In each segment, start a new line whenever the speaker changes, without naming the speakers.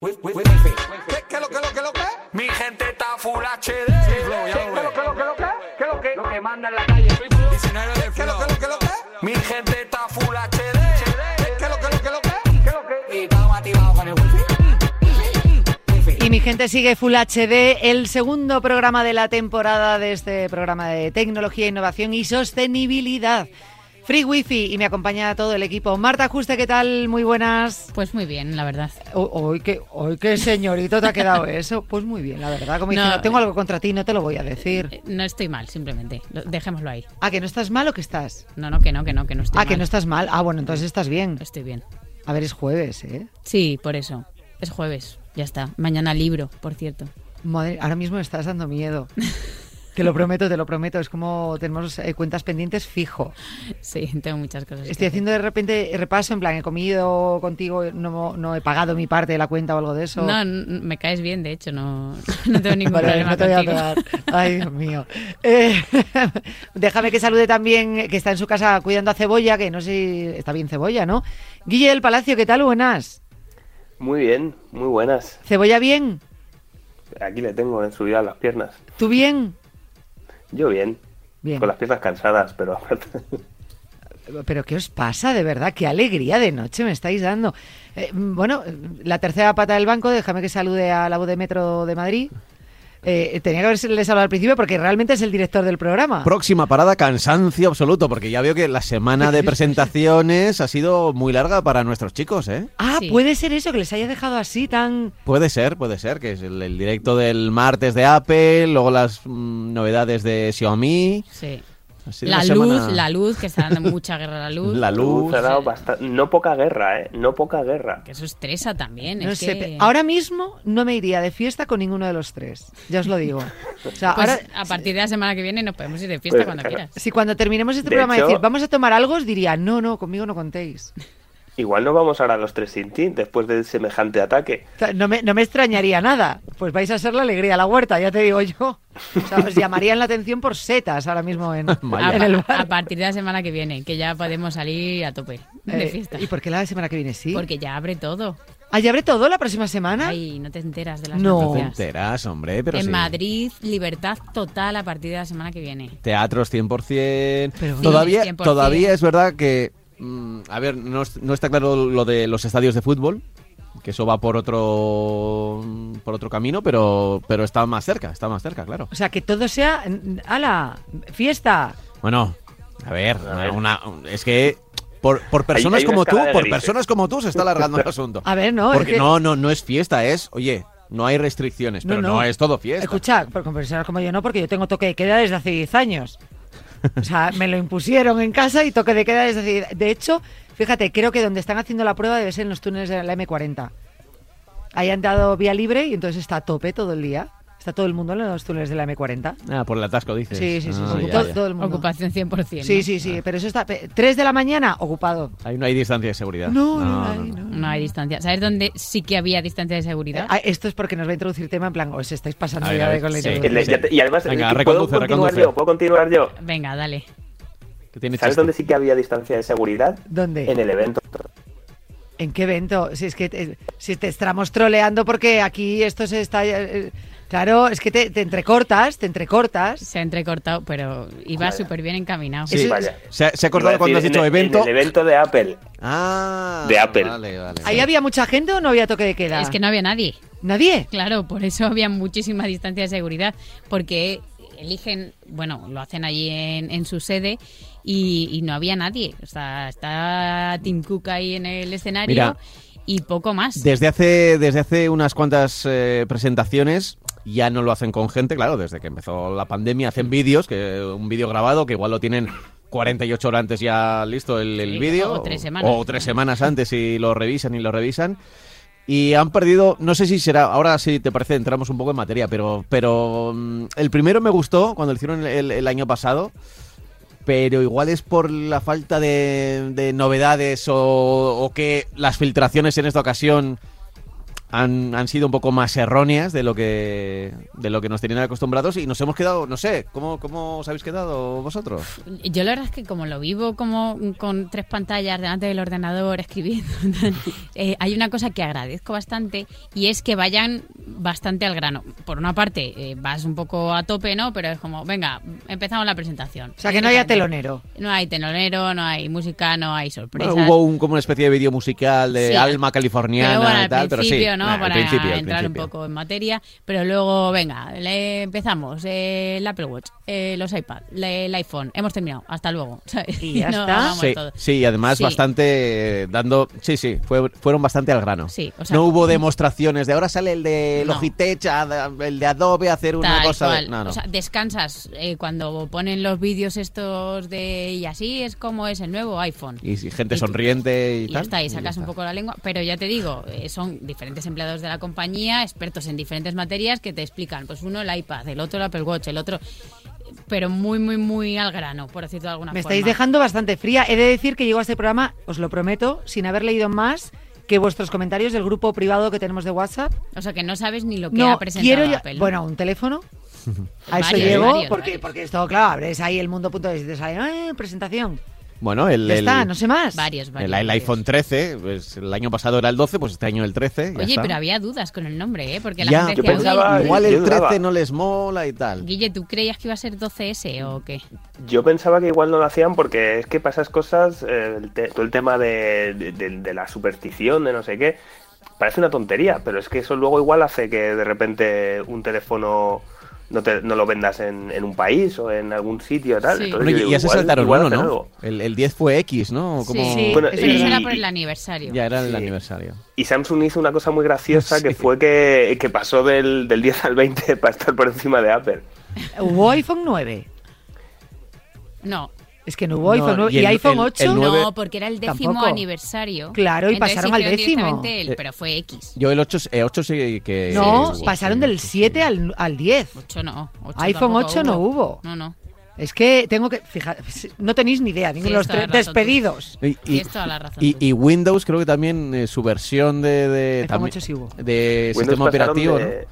Wi- wi-
¿Qué, qué lo que lo que lo que?
Mi gente está full HD.
¿Qué lo que lo que lo que?
¿Qué lo que? Lo que manda en la calle. 19 de
¿Qué lo que lo que lo que?
Mi gente está full HD.
¿Qué lo que lo que lo que?
¿Qué lo que? Y estamos activados con el wifi.
Y mi gente sigue Full HD, el segundo programa de la temporada de este programa de tecnología, innovación y sostenibilidad. Free Wifi y me acompaña todo el equipo. Marta Juste, ¿qué tal? Muy buenas.
Pues muy bien, la verdad.
O- Uy, qué, uy, qué señorito te ha quedado eso. Pues muy bien, la verdad. Como
No.
diciendo, tengo algo contra ti, no te lo voy a decir.
Eh, No estoy mal, simplemente. Lo- Dejémoslo ahí.
Ah, que no estás mal o que estás.
No, no, que no, que no, que no estoy
Ah,
mal.
que no estás mal. Ah, bueno, entonces estás bien.
Estoy bien.
A ver, es jueves, ¿eh?
Sí, por eso. Es jueves. Ya está. Mañana libro, por cierto.
Madre, ahora mismo me estás dando miedo. Te lo prometo, te lo prometo. Es como tenemos eh, cuentas pendientes fijo.
Sí, tengo muchas cosas. que
Estoy
hacer.
haciendo de repente repaso, en plan, he comido contigo, no, no he pagado mi parte de la cuenta o algo de eso.
No, n- me caes bien, de hecho, no, no tengo ningún
Vale,
problema
no te voy a
contigo.
pegar. Ay, Dios mío. Eh, déjame que salude también, que está en su casa cuidando a Cebolla, que no sé si está bien Cebolla, ¿no? Guille del Palacio, ¿qué tal? Buenas.
Muy bien, muy buenas.
¿Cebolla bien?
Aquí le tengo en subida las piernas.
¿Tú bien?
Yo bien,
Bien.
con las piernas cansadas, pero aparte.
Pero ¿qué os pasa? De verdad, qué alegría de noche me estáis dando. Eh, bueno, la tercera pata del banco, déjame que salude a la voz de Metro de Madrid. Eh, tenía que haberles hablado al principio porque realmente es el director del programa.
Ah. Próxima parada, cansancio absoluto, porque ya veo que la semana de presentaciones ha sido muy larga para nuestros chicos, ¿eh?
ah,
Sí.
puede ser eso, que les haya dejado así tan...
Puede ser, puede ser, que es el, el directo del martes de Apple, luego las mm, novedades de Xiaomi.
Sí.
Ha sido
La
una
luz,
semana-
la luz, que está dando mucha guerra a la luz.
La luz.
ha dado basta- No poca guerra, ¿eh? No poca guerra.
Que eso estresa también.
No
es
sé,
que-
pe- ahora mismo no me iría de fiesta con ninguno de los tres, ya os lo digo. O sea,
Pues,
ahora,
a partir de la semana que viene nos podemos ir de fiesta
Pues,
cuando
claro.
quieras.
si cuando terminemos este
De
programa
hecho-
decir, vamos a tomar algo, os diría, no, no, conmigo no contéis.
Igual no vamos ahora a los tres sin ti después de semejante ataque.
O sea, No me, no me extrañaría nada. Pues vais a ser la alegría de la huerta, ya te digo yo. O sea, os llamarían la atención por setas ahora mismo en,
Vaya.
en
a,
el
pa- a
bar.
partir de la semana que viene, que ya podemos salir a tope Ah, de
Eh,
fiesta.
¿Y por qué la semana que viene sí?
Porque ya abre todo.
¿Ah, ya abre todo la próxima semana?
Ay, no te enteras de las
No.
No te
noticias.
enteras, hombre, pero
en
sí.
Madrid, libertad total a partir de la semana que viene.
Teatros 100%.
Pero bueno.
todavía,
100%.
todavía es verdad que. mm, a ver, no, es- no está claro lo de los estadios de fútbol, que eso va por otro por otro camino, pero, pero está más cerca, está más cerca, claro.
O sea, que todo sea... ¡Hala! ¡Fiesta!
Bueno, a ver,
A ver.
una- es que. Por, por personas
Hay- hay una
como tú,
escala de
por
grises.
personas como tú se está alargando el asunto.
A ver, no, es
Porque
que-
no, no, no es fiesta, es, oye, no hay restricciones, pero no, es todo fiesta.
Escucha, por conversar como yo no, porque yo tengo toque de queda desde hace 10 años. O sea, me lo impusieron en casa y toque de queda desde hace 10 De hecho, fíjate, creo que donde están haciendo la prueba debe ser en los túneles de la M40. Ahí han dado vía libre y entonces está a tope todo el día. Está todo el mundo en los túneles de la M40.
Ah, por el atasco dices.
Sí, sí, sí.
Ah,
sí,
ya,
todo,
ya.
todo el mundo.
Ocupación 100%. ¿no?
Sí, sí, sí. Pero eso está... 3 de la mañana, ocupado.
Ahí no hay distancia de seguridad.
No, no, no, ahí no.
No hay distancia. ¿Sabes dónde sí que había distancia de seguridad?
Ah, Esto es porque nos va a introducir tema en plan, os estáis pasando
A ver,
ya
a
de
ver,
con la
sí.
Y le-
introducción.
ya te- Y además,
Venga,
¿puedo
reconduce,
continuar
reconduce.
yo? ¿Puedo continuar yo?
Venga, dale.
Que tiene este?
¿Sabes
chiste.
dónde sí que había distancia de seguridad?
¿Dónde?
En el evento.
¿En qué evento? Si es que te, si te estamos troleando porque aquí esto se está... eh, Claro, es que te, te entrecortas, te entrecortas.
Se ha entrecortado, pero iba súper bien encaminado.
Sí,
Eso-
Vaya.
Se, ha- se
Iba a
ha acordado
decir,
cuando has
en
dicho
el-
evento.
En el evento de Apple.
Ah,
De Apple.
Vale, vale.
¿Ahí había mucha gente o no había toque de queda?
Es que no había nadie.
¿Nadie?
Claro, por eso había muchísima distancia de seguridad, porque eligen, bueno, lo hacen allí en, en su sede y, y no había nadie. O sea, está Tim Cook ahí en el escenario
Mira,
y poco más.
Desde hace, desde hace unas cuantas eh, presentaciones ya no lo hacen con gente, claro, desde que empezó la pandemia hacen vídeos, que un vídeo grabado que igual lo tienen 48 horas antes ya listo el, el
Sí,
vídeo.
o tres semanas.
O tres semanas antes y lo revisan y lo revisan. Y han perdido, no sé si será, ahora si te parece entramos un poco en materia, pero, pero mm, el primero me gustó cuando lo hicieron el- el- el año pasado, pero igual es por la falta de, de novedades o, o que las filtraciones en esta ocasión han, han sido un poco más erróneas de lo que de lo que nos tenían acostumbrados y nos hemos quedado, no sé, ¿cómo, cómo os habéis quedado vosotros?
Yo la verdad es que como lo vivo como con tres pantallas delante del ordenador escribiendo, eh, hay una cosa que agradezco bastante y es que vayan bastante al grano. Por una parte, eh, vas un poco a tope, ¿no? Pero es como, venga, empezamos la presentación.
O sea, que no haya telonero.
No hay telonero, no hay música, no hay sorpresas.
Bueno, hubo un, como una especie de vídeo musical de
Sí.
alma californiana
Pero bueno, al
y tal, pero
principio,
sí,
¿no?
nah, al
Para
principio, al
entrar
principio.
un poco en materia. Pero luego, venga, le empezamos. eh, el Apple Watch, eh, los iPad, le- el iPhone. Hemos terminado. Hasta luego. ¿sabes?
Y ya
No,
está.
vamos
Sí,
todo.
sí, y además
Sí.
bastante eh, dando. Sí, sí, fue- fueron bastante al grano.
Sí, o sea-
no hubo demostraciones de ahora sale el de
No.
Logitech, a- el de Adobe, a hacer una
Tal
cosa. de-".
cual.
No, no.
O sea, descansas eh, cuando ponen los vídeos estos de y así es como es el nuevo iPhone.
y, y gente
y-
sonriente y,
Y
tal.
ya está, y
ya
sacas un
está.
poco la lengua. Pero ya te digo, eh, son diferentes empleados de la compañía, expertos en diferentes materias, que te explican, pues uno el iPad, el otro el Apple Watch, el otro... Pero muy, muy, muy al grano, por decirlo de alguna
Me
forma.
estáis dejando bastante fría. He de decir que llego a este programa, os lo prometo, sin haber leído más que vuestros comentarios del grupo privado que tenemos de WhatsApp.
O sea, que no sabes ni lo que
No,
ha presentado
quiero ya-
Apple.
Bueno, un teléfono. A eso
Varios,
llego,
varios,
porque,
varios.
porque esto, claro, abres ahí el mundo punto y te sale, "Eh, presentación.
Bueno, el.
Ya
el-
está, no sé más.
varios, varios.
el- el
varios.
iPhone 13, pues el año pasado era el 12, pues este año el 13. ya
Oye,
está.
pero había dudas con el nombre, ¿eh? Porque la
Ya,
gente
yo
decía, "Oye,
pensaba- Ay,
Igual
yo
el
dudaba.
13 no les mola y tal.
Guille, ¿tú creías que iba a ser 12S o qué?
Yo pensaba que igual no lo hacían porque es que para esas cosas, eh, el te- todo el tema de, de- de la superstición, de no sé qué, parece una tontería, pero es que eso luego igual hace que de repente un teléfono no, te- no lo vendas en, en un país o en algún sitio tal.
Sí.
Entonces
Bueno,
yo
y
digo,
ya se
igual-
saltaron
igual
uno,
hacen
¿no?
algo.
El, el 10 fue X, ¿no?
Sí,
Como...
sí,
Bueno,
eso
y-
era por el aniversario.
Ya era el
Sí.
aniversario.
Y Samsung hizo una cosa muy graciosa
Sí.
que fue que, que pasó del, del 10 al 20 para estar por encima de Apple.
Hubo iPhone 9.
No,
Es que no hubo
No,
iPhone 9.
y
Y,
el-
iPhone
el-
8.
el nueve-
no, porque era el décimo
Tampoco.
aniversario.
Claro, y
Entonces
pasaron al
hicieron
décimo.
directamente el-
Eh,
pero fue X.
Yo el 8, sí- eh, 8 sí que...
no,
hubo,
pasaron
sí,
del
sí,
7
sí.
al, al 10.
8 no. ocho
iPhone
tampoco
8 no hubo.
No, no.
Es que tengo que. Fija, no tenéis ni idea, ninguno de los
Tienes
tres
toda la razón, tú.
despedidos.
Y,
Tienes toda la razón,
y-
tú.
y Windows creo que también eh, su versión de... de
iPhone
también-
8 sí hubo.
De sistema
pasaron
operativo,
de,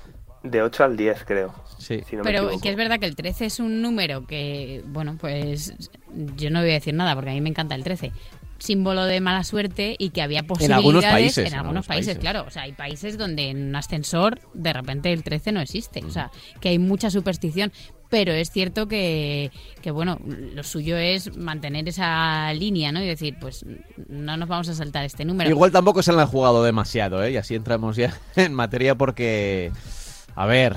de 8 al 10, creo.
¿no? Sí.
si no me
Pero
equivoco.
que es verdad que el 13 es un número que, bueno, pues yo no voy a decir nada porque a mí me encanta el 13. Símbolo de mala suerte y que había posibilidades
algunos países,
En
en
algunos
algunos
países,
países.
claro. O sea, hay países donde en un ascensor de repente el 13 no existe. O sea, que hay mucha superstición. Pero es cierto que, que, bueno, lo suyo es mantener esa línea, ¿no? Y decir, pues no nos vamos a saltar este número.
Igual tampoco se la han jugado demasiado, ¿eh? Y así entramos ya en materia porque... A ver...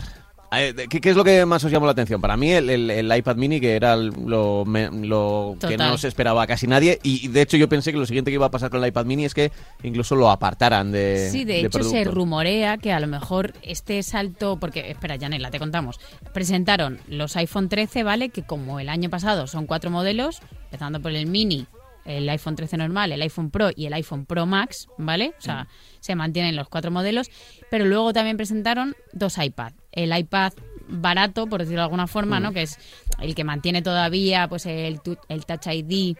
a ver, ¿Qué, qué es lo que más os llamó la atención? Para mí el, el- el iPad mini, que era el- lo, me- lo que
Total.
no se esperaba casi nadie, y y de hecho yo pensé que lo siguiente que iba a pasar con el iPad mini es que incluso lo apartaran de...
Sí, de hecho se
producto.
rumorea que a lo mejor este salto, porque espera, Janela, te contamos. Presentaron los iPhone 13, ¿vale? Que como el año pasado son cuatro modelos, empezando por el mini, el iPhone 13 normal, el iPhone Pro y el iPhone Pro Max, ¿vale? O sea, se mantienen los cuatro modelos, pero luego también presentaron dos iPad. El iPad barato, por decirlo de alguna forma, ¿no? Que es el que mantiene todavía pues el, tu- el Touch ID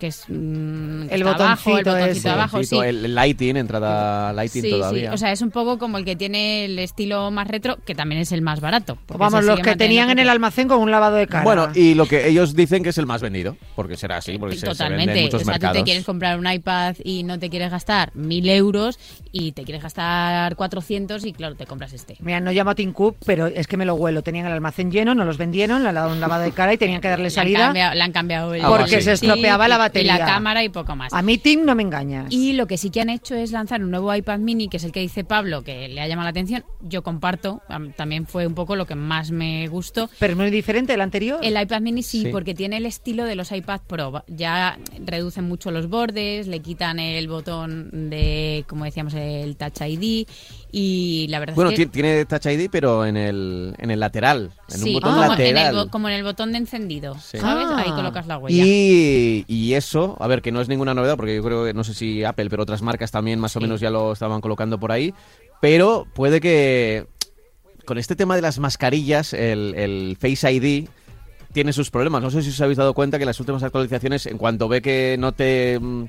que es mm, que
El
está abajo,
botoncito
el botoncito
ese.
abajo, sí.
Botoncito, El, el lighting, entrada lighting
Sí,
todavía.
sí. O sea, es un poco como el que tiene el estilo más retro, que también es el más barato. porque
Pues Vamos,
se
los
sigue
que tenían en el
manteniendo
almacén con un lavado de cara.
bueno, y lo que ellos dicen que es el más vendido, porque será así, porque Pues se- se
Totalmente.
vende en muchos
o sea,
mercados.
tú te quieres comprar un iPad y no te quieres gastar mil euros y te quieres gastar 400 y claro, te compras este.
Mira, no llamo a Tim Cook, pero es que me lo huelo. Tenían el almacén lleno, no los vendieron, le han dado un lavado de cara y tenían que darle
Le han
salida.
cambiado, le han cambiado el
Porque
chip
se
estropeaba la
y-
batería.
Y la cámara y poco más.
A mí Tim no me engañas.
Y lo que sí que han hecho es lanzar un nuevo iPad mini, que es el que dice Pablo, que le ha llamado la atención. Yo comparto, am- también fue un poco lo que más me gustó.
Pero es muy diferente del anterior.
El iPad mini sí,
Sí.
porque tiene el estilo de los iPad Pro. Va- Ya reducen mucho los bordes, le quitan el botón de, como decíamos, el Touch ID. Y la verdad
Bueno,
es
ti-
que.
tiene Touch ID, pero en el, en el lateral, en
sí,
un botón
como, En el,
lateral.
bo- como en el botón de encendido.
Sí.
¿Sabes?
Ah.
Ahí colocas la huella.
Y, y eso, a ver, que no es ninguna novedad, porque yo creo que no sé si Apple, pero otras marcas también más o
Sí.
menos ya lo estaban colocando por ahí. Pero puede que con este tema de las mascarillas, el, el Face ID tiene sus problemas. No sé si os habéis dado cuenta que en las últimas actualizaciones, en cuanto ve que no te mm,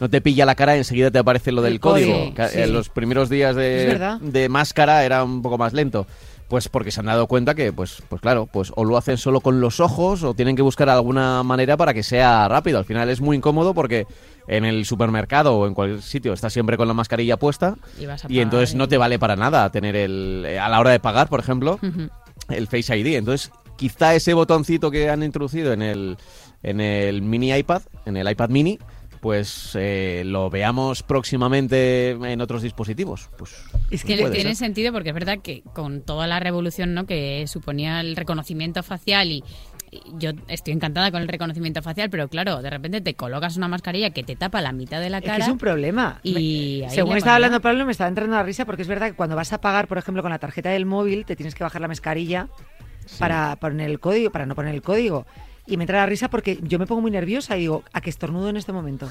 no te pilla la cara, enseguida te aparece lo del
El
código.
código,
Ca- eh,
sí.
Los primeros días
Es
de,
verdad.
de máscara era un poco más lento. Pues porque se han dado cuenta que, pues, pues claro, pues o lo hacen solo con los ojos o tienen que buscar alguna manera para que sea rápido. Al final es muy incómodo porque en el supermercado o en cualquier sitio estás siempre con la mascarilla puesta
Y vas a
y entonces
pagar
no
y-
te vale para nada tener el... eh, A la hora de pagar, por ejemplo,
Ujú.
el Face ID. Entonces, quizá ese botoncito que han introducido en el, en el mini iPad, en el iPad mini, pues eh, lo veamos próximamente en otros dispositivos. Pues,
Es
pues
Tiene,
puede
tiene
ser.
sentido porque es verdad que con toda la revolución ¿no? que suponía el reconocimiento facial y y yo estoy encantada con el reconocimiento facial, pero claro, de repente te colocas una mascarilla que te tapa la mitad de la
Es que
cara.
es un problema.
y
Me-
ahí
según
la
estaba
barbaridad.
hablando Pablo, me estaba entrando la risa porque es verdad que cuando vas a pagar, por ejemplo, con la tarjeta del móvil, te tienes que bajar la mascarilla para poner el código, para no poner el código. Y me entra la risa porque yo me pongo muy nerviosa y digo, ¿a qué estornudo en este momento?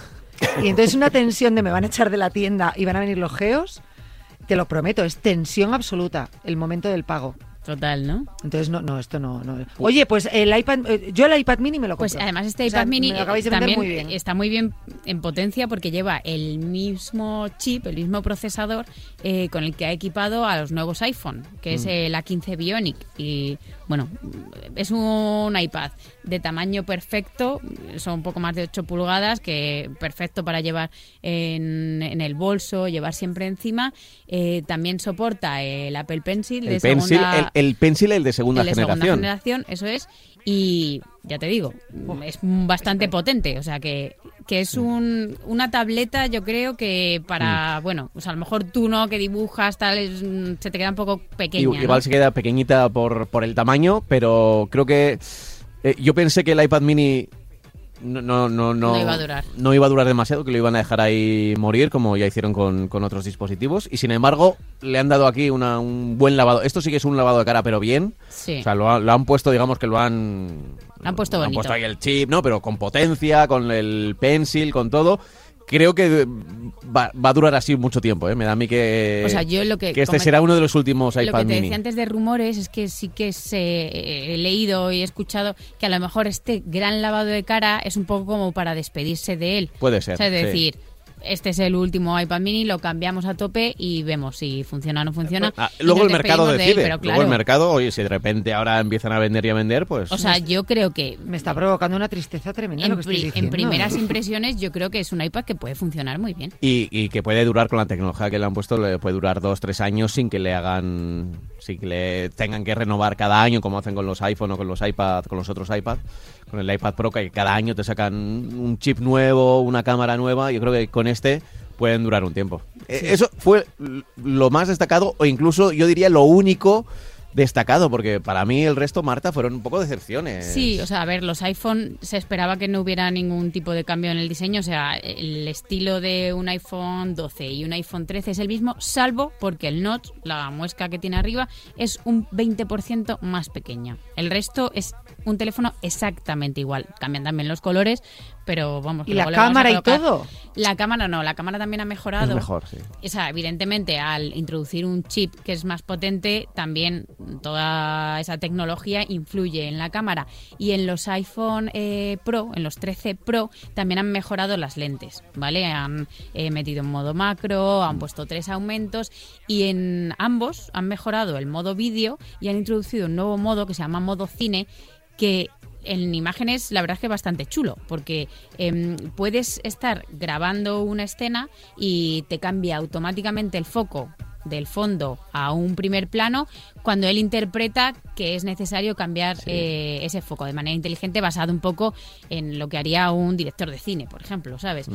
Y entonces una tensión de me van a echar de la tienda y van a venir los geos, te lo prometo, es tensión absoluta el momento del pago.
Total, ¿no?
Entonces, no, no, esto no, no. Oye, pues el iPad, eh, yo el iPad mini me lo compro.
Pues además este
O
iPad
sea,
mini
me lo
eh,
acabáis de vender
también
muy bien.
está muy bien en potencia porque lleva el mismo chip, el mismo procesador eh, con el que ha equipado a los nuevos iPhone,
Mm.
que es el A15 Bionic. Y bueno, es un iPad de tamaño perfecto, son un poco más de 8 pulgadas, que perfecto para llevar en, en el bolso, llevar siempre encima. Eh, también soporta el Apple Pencil de
El pencil,
segunda-
el, el pencil, el de segunda
el de
generación.
segunda generación, eso es. Y ya te digo, es bastante potente. O sea, que, que es un, una tableta, yo creo que para,
Mm.
bueno, o sea, a lo mejor tú no, que dibujas, tal, es, mm, se te queda un poco pequeña.
I-
¿no?
Igual se queda pequeñita por, por el tamaño, pero creo que. eh, yo pensé que el iPad mini. No, no, no, no,
No iba a durar.
no iba a durar demasiado, que lo iban a dejar ahí morir, como ya hicieron con, con otros dispositivos. Y sin embargo, le han dado aquí una, un buen lavado. Esto sí que es un lavado de cara, pero bien.
Sí.
O sea, lo, ha- lo han puesto, digamos que lo han.
Lo han puesto bonito.
ahí el chip, ¿no? Pero con potencia, con el pencil, con todo. Creo que eh, va, va a durar así mucho tiempo, ¿eh? Me da a mí que.
O sea, yo lo que
que este
comen-
será uno de los últimos iPad
Lo que te
mini.
decía antes de rumores es que sí que se, eh, he leído y he escuchado que a lo mejor este gran lavado de cara es un poco como para despedirse de él.
Puede ser,
O sea, es
sí.
decir, este es el último iPad mini, lo cambiamos a tope y vemos si funciona o no funciona.
Ah, luego
Y
el
nos
mercado
despedimos de él,
decide.
pero
Luego el
claro,
mercado, oye, si de repente ahora empiezan a vender y a vender, pues.
O sea, yo creo que
Me está provocando una tristeza tremenda lo
en,
que
pri-
estoy
en
diciendo.
primeras impresiones yo creo que es un iPad que puede funcionar muy bien.
y, y que puede durar con la tecnología que le han puesto, le puede durar dos, tres años sin que le hagan. sin que le tengan que renovar cada año, como hacen con los iPhone o con los iPad, con los otros iPad. Con el iPad Pro, que cada año te sacan un chip nuevo, una cámara nueva. Yo creo que con este pueden durar un tiempo. Eh, Eso fue l- lo más destacado, o incluso yo diría lo único destacado, porque para mí el resto, Marta, fueron un poco decepciones.
Sí, o sea, a ver, los iPhone se esperaba que no hubiera ningún tipo de cambio en el diseño, o sea, el estilo de un iPhone 12 y un iPhone 13 es el mismo, salvo porque el notch, la muesca que tiene arriba, es un 20% más pequeña. El resto es un teléfono exactamente igual, cambian también los colores, pero vamos.
Y
que
la
luego le vamos a
cámara y
colocar-
todo.
La cámara no, la cámara también ha mejorado.
Es mejor, sí.
O sea, evidentemente, al introducir un chip que es más potente, también toda esa tecnología influye en la cámara. Y en los iPhone eh, Pro, en los 13 Pro, también han mejorado las lentes, ¿vale? Han eh, metido en modo macro, han puesto tres aumentos y en ambos han mejorado el modo vídeo y han introducido un nuevo modo que se llama modo cine que en imágenes la verdad es que es bastante chulo, porque em, puedes estar grabando una escena y te cambia automáticamente el foco del fondo a un primer plano cuando él interpreta que es necesario cambiar eh, ese foco de manera inteligente basado un poco en lo que haría un director de cine, por ejemplo, ¿sabes?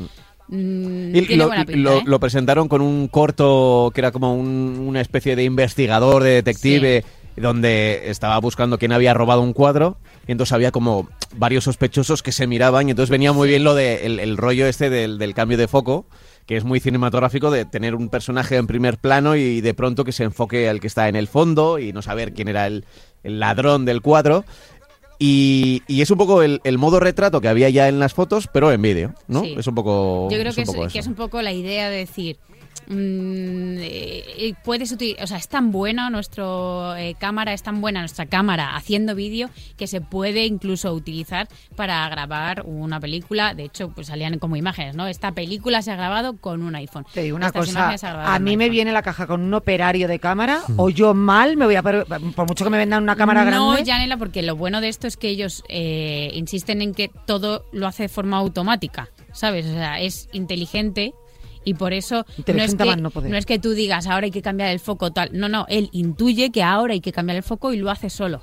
Mm,
Y
tiene
lo,
buena
y
pinta,
lo-
¿eh?
lo presentaron con un corto que era como un- una especie de investigador, de detective, donde estaba buscando quién había robado un cuadro. Y entonces había como varios sospechosos que se miraban. Y entonces venía muy bien lo del de, el- el rollo este del, del cambio de foco, que es muy cinematográfico, de tener un personaje en primer plano y de pronto que se enfoque al que está en el fondo y no saber quién era el- el ladrón del cuadro. Y, y es un poco el, el modo retrato que había ya en las fotos, pero en vídeo, ¿no?
Sí.
Es un poco.
Yo creo que,
un
es,
poco
que
eso.
es un poco la idea de decir, mm, eh, eh, puedes utilizar, o sea, es tan buena nuestra cámara, es tan buena nuestra cámara haciendo vídeo que se puede incluso utilizar para grabar una película. De hecho, pues salían como imágenes, ¿no? Esta película se ha grabado con un iPhone.
Te digo una
Estas imágenes se han grabado
cosa, a
con
mí
un
me
iPhone.
viene la caja con un operario de cámara o yo mal me voy a... per- Por mucho que me vendan una cámara
no,
grande...
Yanela, porque lo bueno de esto es que ellos eh, insisten en que todo lo hace de forma automática, ¿sabes? O sea, es inteligente y por eso no es,
Inteligente a
que,
más no poder.
no es que tú digas ahora hay que cambiar el foco tal. No, no, él intuye que ahora hay que cambiar el foco y lo hace solo,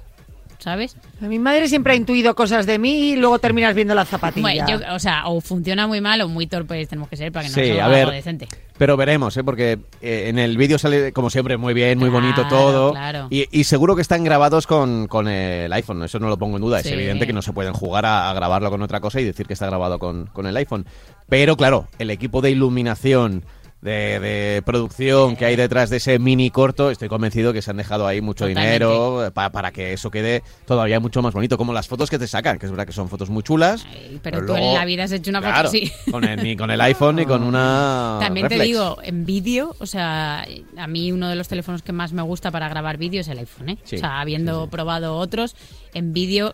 ¿sabes?
Mi madre siempre ha intuido cosas de mí y luego terminas viendo la zapatilla.
Bueno, yo- o sea, o funciona muy mal o muy torpes tenemos que ser para que no
Sí,
sea
a ver.
algo decente.
Pero veremos, ¿eh? porque eh, en el vídeo sale, como siempre, muy bien, muy bonito
Claro,
todo.
claro.
Y, y seguro que están grabados con, con el iPhone, eso no lo pongo en duda. Es
Sí.
evidente que no se pueden jugar a, a grabarlo con otra cosa y decir que está grabado con, con el iPhone. Pero claro, el equipo de iluminación, de, de producción que hay detrás de ese mini corto, estoy convencido que se han dejado ahí mucho
Totalmente.
dinero eh, pa- para que eso quede todavía mucho más bonito. Como las fotos que te sacan, que es verdad que son fotos muy chulas.
Ay, Eh, pero tú en la vida has hecho una foto
Claro,
así.
Con el, ni con el iPhone ni con una.
También te
Ah, reflex.
digo, en vídeo, o sea, a mí uno de los teléfonos que más me gusta para grabar vídeo es el iPhone, ¿eh?
Sí,
o sea, habiendo probado otros, en vídeo,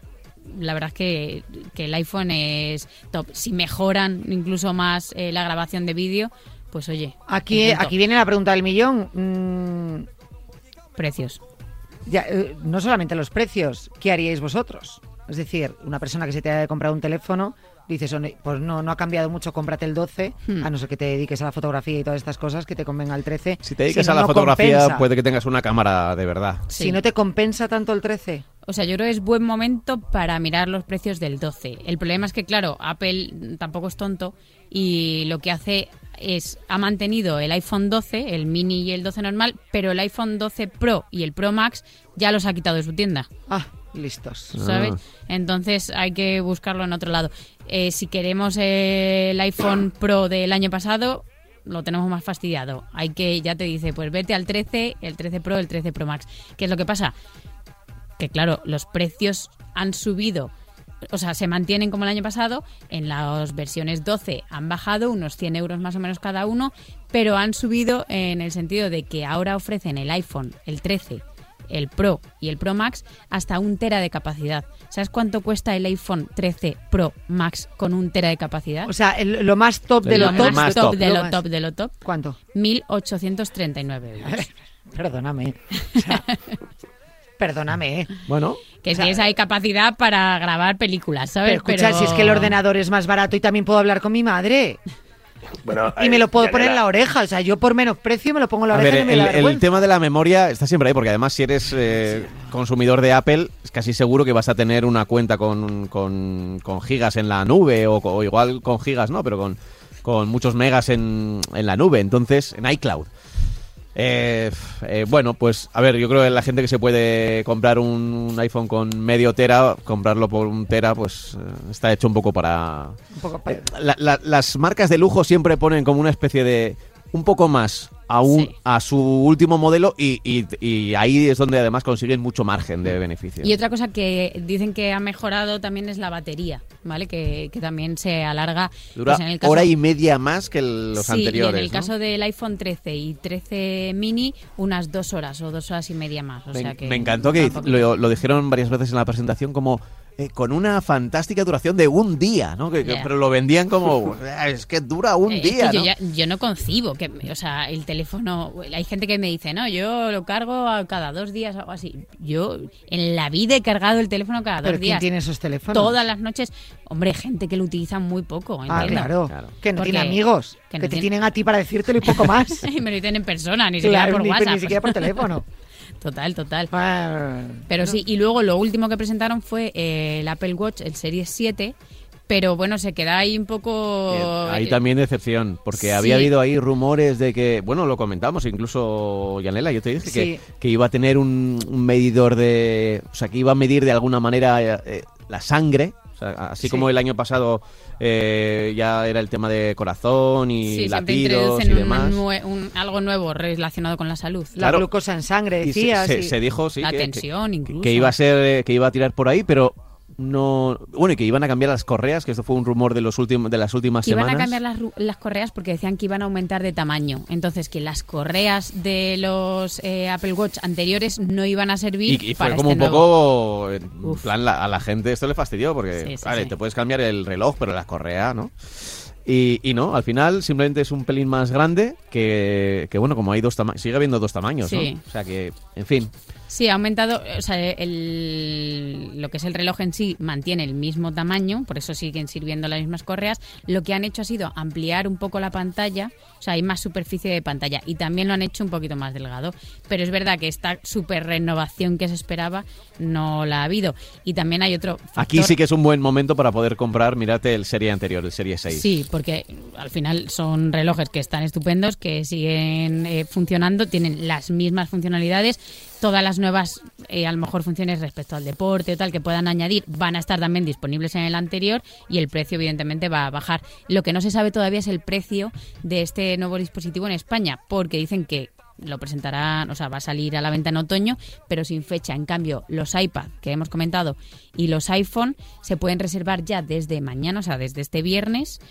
la verdad es que, que el iPhone es top. Si mejoran incluso más eh, la grabación de vídeo, pues oye,
Aquí,
un punto.
aquí viene la pregunta del millón. Mm,
precios.
Ya, eh, no solamente los precios, ¿qué haríais vosotros? Es decir, una persona que se te haya comprado un teléfono, dices, "One- pues no, no ha cambiado mucho, cómprate el 12,
Hmm.
a no ser que te dediques a la fotografía y todas estas cosas, que te convenga el 13.
Si te dedicas
no,
a la
no
fotografía,
compensa.
puede que tengas una cámara de verdad.
Sí.
Si no te compensa tanto el 13,
O sea, yo creo que es buen momento para mirar los precios del 12. El problema es que, claro, Apple tampoco es tonto y lo que hace es, ha mantenido el iPhone 12, el mini y el 12 normal, pero el iPhone 12 Pro y el Pro Max ya los ha quitado de su tienda.
ah, listos.
¿sabes?
Ah.
Entonces hay que buscarlo en otro lado. Eh, si queremos eh, el iPhone Pro del año pasado, lo tenemos más fastidiado. Hay que, ya te dice, pues vete al 13, el 13 Pro, el 13 Pro Max. ¿Qué es lo que pasa? Que claro, los precios han subido. O sea, se mantienen como el año pasado. En las versiones 12 han bajado unos 100 euros más o menos cada uno, pero han subido en el sentido de que ahora ofrecen el iPhone, el 13, el Pro y el Pro Max hasta un tera de capacidad. ¿Sabes cuánto cuesta el iPhone 13 Pro Max con un tera de capacidad?
O sea, el- lo más top Pues, de
El
lo,
lo
top,
más
más
top,
top, de
lo
lo
más.
top, de lo top,
¿Cuánto?
1.839 euros.
Perdóname. ¿eh? O sea, perdóname. ¿eh?
Bueno,
Que
O sea,
si es hay capacidad para grabar películas, ¿sabes?
Pero escucha, si es que el ordenador es más barato y también puedo hablar con mi madre.
Bueno,
Y
eh,
me lo puedo
ya
poner en
era-
la oreja. O sea, yo por menos precio me lo pongo en la
a
oreja
ver,
y no
el,
me da
el
vergüenza.
tema de la memoria está siempre ahí, porque además si eres eh, consumidor de Apple, es casi seguro que vas a tener una cuenta con, con- con gigas en la nube, o, co- o igual con gigas, ¿no? Pero con, con muchos megas en, en la nube, entonces, en iCloud. Eh, f- eh, bueno, pues a ver, yo creo que la gente que se puede comprar un iPhone con medio tera, comprarlo por un tera, pues eh, está hecho un poco para,
Un poco pa-
Eh, La- la- las marcas de lujo siempre ponen como una especie de un poco más a, un-
Sí.
a su último modelo y, y- y ahí es donde además consiguen mucho margen de beneficio.
Mm. Y otra cosa que dicen que ha mejorado también es la batería, ¿vale? Que, que también se alarga.
Dura
pues, en el caso-
hora y media más que el- los
Sí,
anteriores.
Y en el
¿no?
caso del iPhone 13 y 13 mini, unas dos horas o dos horas y media más. O
me,
sea que
me encantó que
tampoco-
lo, lo dijeron varias veces en la presentación como eh, con una fantástica duración de un día, ¿no? Que- que-
Ya.
pero lo vendían como "Ah, es que dura un
Eh, es que
día.
yo,
¿no?
ya- yo no concibo que, o sea, el teléfono. Hay gente que me dice, no, yo lo cargo a cada dos días o algo así. Yo en la vida he cargado el teléfono cada
¿Pero
dos
quién
días.
tiene esos teléfonos?
Todas las noches. Hombre, gente que lo utiliza muy poco.
Ah,
entiendo.
claro.
Claro.
Que no
Porque-
tiene amigos. Que,
que no
te
tiene-
tienen a ti para decírtelo y poco más.
Y me lo dicen en persona, ni siquiera
Claro,
por
ni,
WhatsApp.
ni siquiera por teléfono.
Total, total.
Ah,
Pero sí, y luego lo último que presentaron fue eh, el Apple Watch, el Series 7, pero bueno, se queda ahí un poco...
Ahí
eh,
también decepción, porque
sí.
había habido ahí rumores de que, bueno, lo comentamos, incluso Yanela, yo te dije
Sí.
que, que iba a tener un, un medidor de, o sea, que iba a medir de alguna manera eh, eh, la sangre, o sea, así
Sí.
como el año pasado eh, ya era el tema de corazón y
Sí, siempre
latidos y
introducen un-
demás.
nue- un- algo nuevo relacionado con la salud.
La
Claro.
glucosa en sangre,
Y se,
decía.
se-
sí.
se dijo sí
La
que,
tensión,
que-
incluso.
que iba a ser eh, que iba a tirar por ahí pero no. Bueno, y que iban a cambiar las correas, que esto fue un rumor de, los últimos de las últimas
Que iban
semanas.
a cambiar las, ru- las correas porque decían que iban a aumentar de tamaño. Entonces, que las correas de los eh, Apple Watch anteriores no iban a servir
Y, y fue
para
como
este
un
nuevo.
poco. En
Uf.
plan, la- a la gente esto le fastidió porque,
Sí, sí,
vale,
sí.
te puedes cambiar el reloj, pero la correa, ¿no? Y, y no, al final simplemente es un pelín más grande que, que bueno, como hay dos tamaños, sigue habiendo dos tamaños, ¿no?
Sí.
O sea que, en fin,
Sí, ha aumentado, o sea, el- lo que es el reloj en sí mantiene el mismo tamaño, por eso siguen sirviendo las mismas correas. Lo que han hecho ha sido ampliar un poco la pantalla, o sea, hay más superficie de pantalla y también lo han hecho un poquito más delgado. Pero es verdad que esta super renovación que se esperaba no la ha habido. Y también hay otro factor.
aquí sí que es un buen momento para poder comprar, mirate el serie anterior, el serie 6.
Sí, porque al final son relojes que están estupendos, que siguen eh, funcionando, tienen las mismas funcionalidades, todas las nuevas, eh, a lo mejor funciones respecto al deporte o tal, que puedan añadir, van a estar también disponibles en el anterior y el precio evidentemente va a bajar. Lo que no se sabe todavía es el precio de este nuevo dispositivo en España, porque dicen que lo presentarán, o sea, va a salir a la venta en otoño, pero sin fecha. En cambio, los iPad que hemos comentado y los iPhone se pueden reservar ya desde mañana, o sea, desde este viernes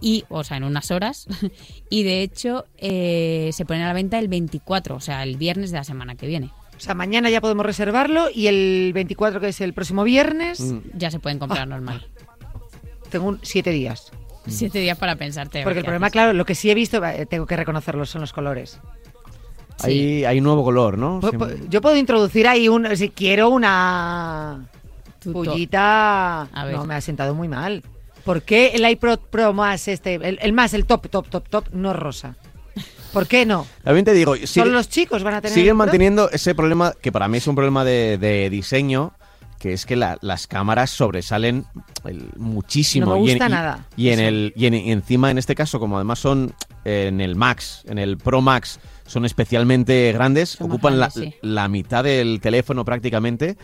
y, o sea, en unas horas. Y de hecho, eh, se ponen a la venta el 24, o sea, el viernes de la semana que viene.
O sea, mañana ya podemos reservarlo y el 24, que es el próximo viernes,
Mm.
Ya se pueden
Ah.
comprar normal.
tengo un- siete días.
Siete días para pensarte. a ver
Ah. Porque el
qué
problema,
haces.
claro, lo que sí he visto, eh, tengo que reconocerlo, son los colores.
Hay, hay nuevo color, ¿no?
Po-
Pues,
Sí.
po- Yo puedo introducir ahí un. Si quiero una.
Tuto.
Pullita.
A ver.
No, me ha sentado muy mal. ¿Por qué el iPod Pro más este. El, el más, el top, top, top, top, no es rosa? ¿Por qué no?
También te digo, sigue-
Solo los chicos van a tener. el
siguen
Pro?
manteniendo ese problema que para mí es un problema de, de diseño, que es que la- las cámaras sobresalen el- muchísimo.
No me
Y en-
gusta
y
nada.
Y, en
Eso.
el y en- y encima en este caso, como además son eh, en el Max, en el Pro Max, son especialmente grandes,
Son más
ocupan la-
grandes, sí.
la, mitad del teléfono prácticamente.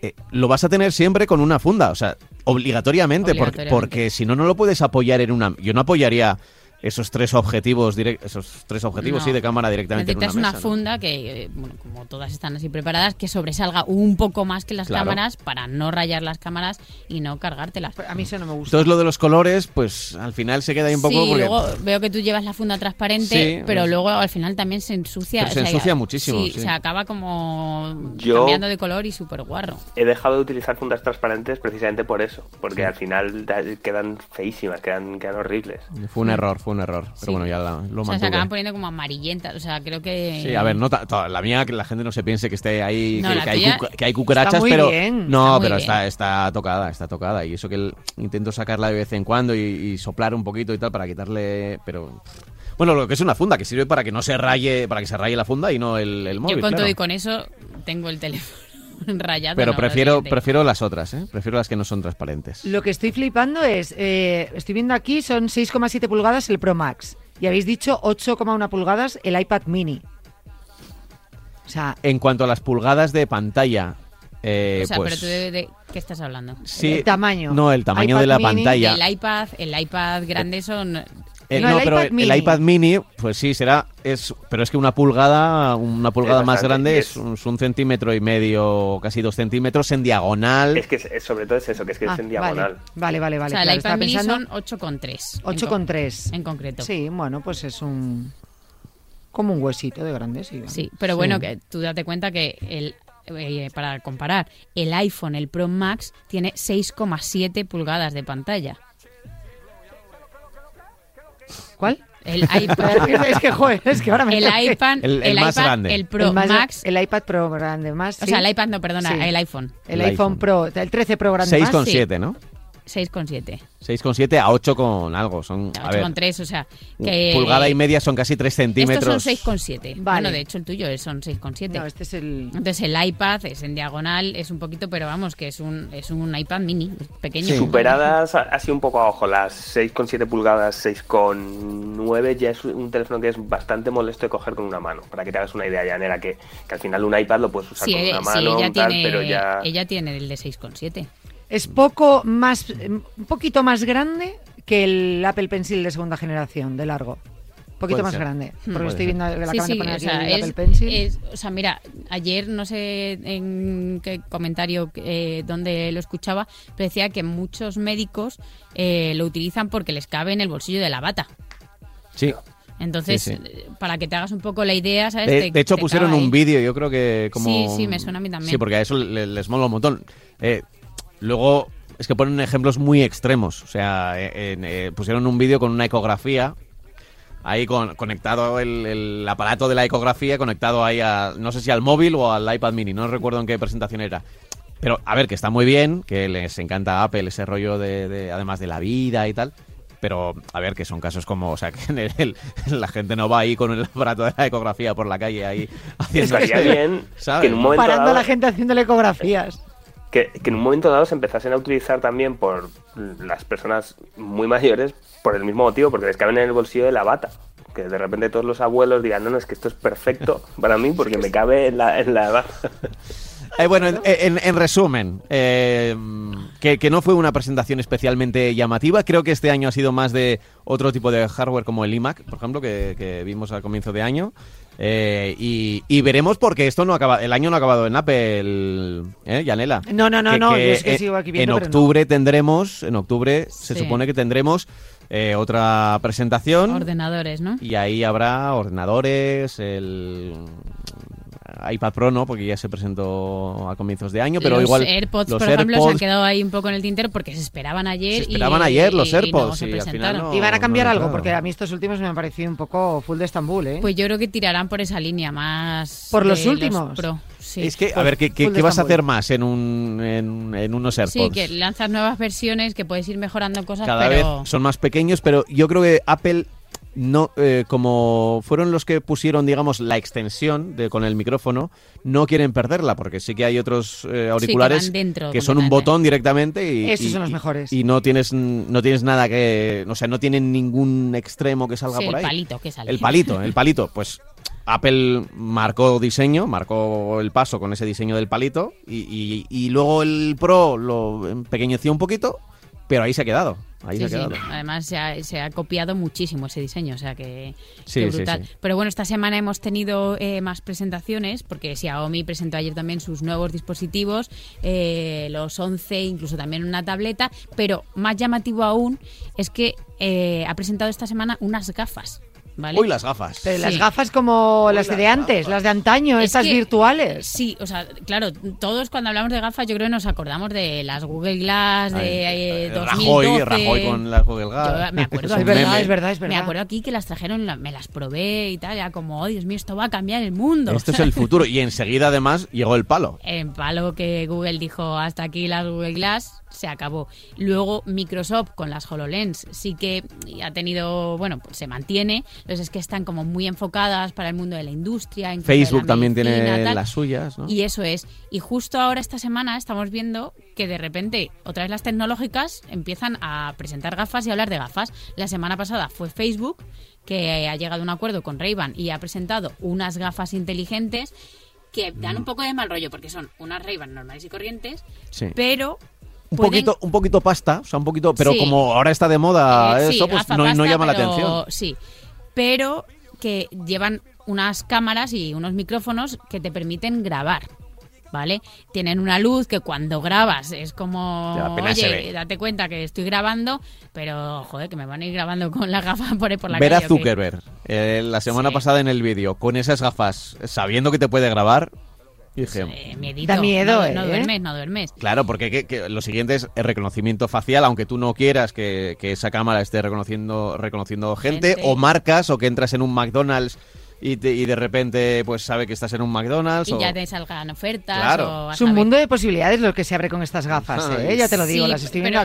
eh, lo vas a tener siempre con una funda, o sea, obligatoriamente, porque,
Obligatoriamente.
porque si no, no lo puedes apoyar en una... Yo no apoyaría esos tres objetivos, direct- esos tres objetivos
No.
sí, de cámara directamente. en
Necesitas
una,
una,
mesa, ¿no?
funda que, eh, bueno, como todas están así preparadas, que sobresalga un poco más que las
Claro.
cámaras para no rayar las cámaras y no cargártelas.
A mí eso no me gusta.
Entonces lo de los colores, pues al final se queda ahí un poco
sí,
porque
luego veo que tú llevas la funda transparente,
Sí,
pero
es-
luego al final también se ensucia.
Pero se ensucia muchísimo,
sí,
sí.
se acaba como
Yo-
cambiando de color y súper guarro.
He dejado de utilizar fundas transparentes precisamente por eso, porque al final da- quedan feísimas, quedan, quedan horribles.
fue un error, fue un error. Pero bueno, ya la- lo
O sea, se
mantuve.
acaban poniendo como amarillentas. O sea, creo que...
Sí, a ver, no ta- ta- la mía, que la gente no se piense que esté ahí,
No,
que,
la
que hay
tuya
cuca- que hay cucarachas,
está muy
pero.
bien,
no,
está muy
pero
bien.
está, está tocada, está tocada. Y eso que el- intento sacarla de vez en cuando y, y soplar un poquito y tal para quitarle. Pero. Bueno, lo que es una funda, que sirve para que no se raye, para que se raye la funda y no el, el móvil.
Yo con todo
claro.
y con eso tengo el teléfono rayado.
Pero
no,
prefiero,
realmente.
prefiero las otras, ¿eh? Prefiero las que no son transparentes.
Lo que estoy flipando es. eh, estoy viendo aquí, son 6,7 pulgadas el Pro Max. Y habéis dicho 8,1 pulgadas el iPad mini. O sea,
En cuanto a las pulgadas de pantalla, eh,
O sea,
pues.
pero tú de, de- ¿qué estás hablando?
Sí.
El tamaño.
No, el tamaño
iPad
de la
mini,
pantalla.
El iPad, el iPad grande son...
El-
No,
no,
el
pero
iPad
el,
mini.
iPad mini, pues sí, será. Es, pero es que una pulgada, una pulgada más
bastante,
grande
y
es,
es-
un, es un centímetro y medio, casi dos centímetros en diagonal.
Es que es- es- sobre todo es eso, que es que
ah,
es en diagonal.
Vale, vale, vale.
o sea,
claro,
el iPad
estaba
mini
pensando-
son 8,3. en
8,3.
con- En concreto.
Sí, bueno, pues es un. Como un huesito de grande, sí. vale.
Sí, pero bueno, que tú date cuenta que el eh, para comparar, el iPhone, el Pro Max, tiene 6,7 pulgadas de pantalla.
¿Cuál?
El iPad,
es que, joder, es que ahora me.
el iPad,
El- el más
iPad,
grande.
el Pro
El más-
Max,
El iPad Pro grande más.
o
sí.
sea, el iPad, no, perdona,
Sí.
el iPhone,
El
El
iPhone,
iPhone.
Pro, el 13 Pro grande más.
6,7, ¿no?
6,7.
6,7 a 8 con algo. Son, a ver,
8,3, o sea, que...
pulgada y media son casi 3
Estos son
centímetros.
6,7.
Vale.
Bueno, de hecho el tuyo es- son 6,7.
No, este es el.
Entonces el iPad es en diagonal, es un poquito, pero vamos, que es un, es un iPad mini, es pequeño.
Sí.
Superadas a- así un poco a ojo, las 6,7 pulgadas, 6,9 ya es un teléfono que es bastante molesto de coger con una mano, para que te hagas una idea, Llanera, que, que al final un iPad lo puedes usar
Sí,
con
eh,
una
sí,
mano,
ella,
un tal,
tiene,
pero ya...
ella tiene el de 6,7.
Es poco más. Un poquito más grande que el Apple Pencil de segunda generación, de largo. poquito
Puede
más
ser.
grande. Porque
Puede
lo estoy
ser.
viendo, le acaban de poner
Hmm. o
aquí
sea,
el
es-
Apple Pencil.
es- o sea, mira, ayer no sé en qué comentario eh, donde lo escuchaba, pero decía que muchos médicos eh, lo utilizan porque les cabe en el bolsillo de la bata.
Sí.
Entonces,
Sí, sí.
eh, para que te hagas un poco la idea, ¿sabes?
De,
Te-
de hecho,
te
pusieron
cabe ahí.
un vídeo, yo creo que como...
Sí, sí, me suena a mí también.
Sí, porque a eso le- les mola un montón. Eh, luego, es que ponen ejemplos muy extremos. O sea, eh, en, eh, pusieron un vídeo con una ecografía, ahí con, conectado el, el aparato de la ecografía, conectado ahí a, no sé si al móvil o al iPad mini, no recuerdo en qué presentación era. Pero, a ver, que está muy bien, que les encanta Apple ese rollo de, de- además de la vida y tal. Pero, a ver, que son casos como, o sea, que en el- la gente no va ahí con el aparato de la ecografía por la calle ahí haciendo...
Estaría bien
¿sabes?
que en un momento
Parando a la
dado-
gente haciéndole ecografías.
que, que en un momento dado se empezasen a utilizar también por las personas muy mayores por el mismo motivo, porque les caben en el bolsillo de la bata. Que de repente todos los abuelos digan, no, no, es que esto es perfecto para mí porque me cabe en la, en la bata.
Eh, bueno, en, en- en resumen, eh, que, que no fue una presentación especialmente llamativa. Creo que este año ha sido más de otro tipo de hardware como el iMac, por ejemplo, que, que vimos al comienzo de año. Eh, y, y veremos porque esto no acaba, el año no ha acabado en Apple, ¿eh, Yanela?
No, no, no, no, yo es que
eh,
sigo aquí viendo,
En
pero no.
octubre tendremos, en octubre se
Sí.
supone que tendremos eh, otra presentación.
Ordenadores, ¿no?
Y ahí habrá ordenadores, el iPad Pro no, porque ya se presentó a comienzos de año, pero
los
igual
AirPods,
los
por ejemplo, se han
AirPods
quedado ahí un poco en el tintero porque se esperaban ayer.
Se
y-
esperaban ayer los
y- y no
AirPods
se
y al final
presentaron.
no-
Y van a cambiar
no,
algo,
claro.
porque a mí estos últimos me han parecido un poco full de Estambul, ¿eh?
Pues yo creo que tirarán por esa línea más.
Por los
de
últimos.
pro, sí.
Es que, a ver, ¿qué, qué-
Full
qué vas a
Estambul.
hacer más en, un, en, en unos AirPods?
Sí, que lanzas nuevas versiones, que puedes ir mejorando cosas,
Cada
pero...
vez son más pequeños, pero yo creo que Apple no eh, como fueron los que pusieron digamos la extensión de con el micrófono no quieren perderla porque sí que hay otros eh, auriculares
van dentro ¿eh?
que son un
completamente.
botón directamente y
Esos
y-
son los
y-
mejores.
y no tienes no tienes nada que o sea no tienen ningún extremo que salga
Sí,
por
el
ahí
palito que sale.
el palito, el palito. Pues Apple marcó diseño, marcó el paso con ese diseño del palito y, y- y luego el Pro lo empequeñeció un poquito, pero ahí se ha quedado. Ahí
Sí,
se
sí.
ha quedado.
Además, se ha, se ha copiado muchísimo ese diseño, o sea que,
Sí,
que
sí,
brutal.
sí.
Pero bueno, esta semana hemos tenido eh, más presentaciones, porque Xiaomi presentó ayer también sus nuevos dispositivos, eh, los 11, incluso también una tableta, pero más llamativo aún es que eh, ha presentado esta semana unas gafas, ¿vale?
Uy, las gafas.
Pero las
Sí.
gafas como las de antes, las de antaño,
Es
estas
que-
virtuales.
Sí, o sea, claro, todos cuando hablamos de gafas yo creo que nos acordamos de las Google Glass, de
Ay,
eh,
eh,
2012.
Rajoy, Rajoy con las Google Glass.
Yo me acuerdo,
un
Es verdad,
meme.
es verdad, es verdad.
Me acuerdo aquí que las trajeron, la- me las probé y tal, era como, oh Dios mío, esto va a cambiar el mundo.
Esto Este es el futuro. Y enseguida, además, llegó el palo.
En palo que Google dijo, hasta aquí las Google Glass, se acabó. Luego Microsoft con las HoloLens sí que ha tenido, bueno, pues se mantiene. Entonces es que están como muy enfocadas para el mundo de la industria. incluso de la
Facebook también tiene
medicina, tal.
las suyas, ¿no?
Y eso es. Y justo ahora esta semana estamos viendo que de repente otra vez las tecnológicas empiezan a presentar gafas y hablar de gafas. La semana pasada fue Facebook que ha llegado a un acuerdo con Ray-Ban y ha presentado unas gafas inteligentes que dan
Mm.
un poco de mal rollo porque son unas Ray-Ban normales y corrientes,
Sí.
pero
Un
pueden-
poquito, un poquito pasta, o sea, un poquito, pero
Sí.
como ahora está de moda
Eh, sí,
eso, pues
gafa
no, no
pasta,
llama la
pero-
atención.
Sí, pero que llevan unas cámaras y unos micrófonos que te permiten grabar. ¿Vale? Tienen una luz que cuando grabas es como,
Ya, apenas se ve.
oye, date cuenta que estoy grabando, pero joder, que me van a ir grabando con la gafa por, por la
Ver a
calle, ¿o qué?
Zuckerberg eh, la semana
Sí.
pasada en el vídeo con esas gafas, sabiendo que te puede grabar, dije,
Eh, miedito.
Da miedo,
no, no
¿eh?
duermes, no duermes.
claro, porque que- que lo siguiente es el reconocimiento facial, aunque tú no quieras que, que esa cámara esté reconociendo, reconociendo gente,
Gente.
o marcas, o que entras en un McDonald's y, te- y de repente pues sabe que estás en un McDonald's.
Y
o-
ya te salgan ofertas.
Claro.
o Pues a
Es un
saber.
mundo de posibilidades lo que se abre con estas gafas, ¿eh?
Ay.
ya te lo digo,
Sí,
las estoy
pero- eh,
viendo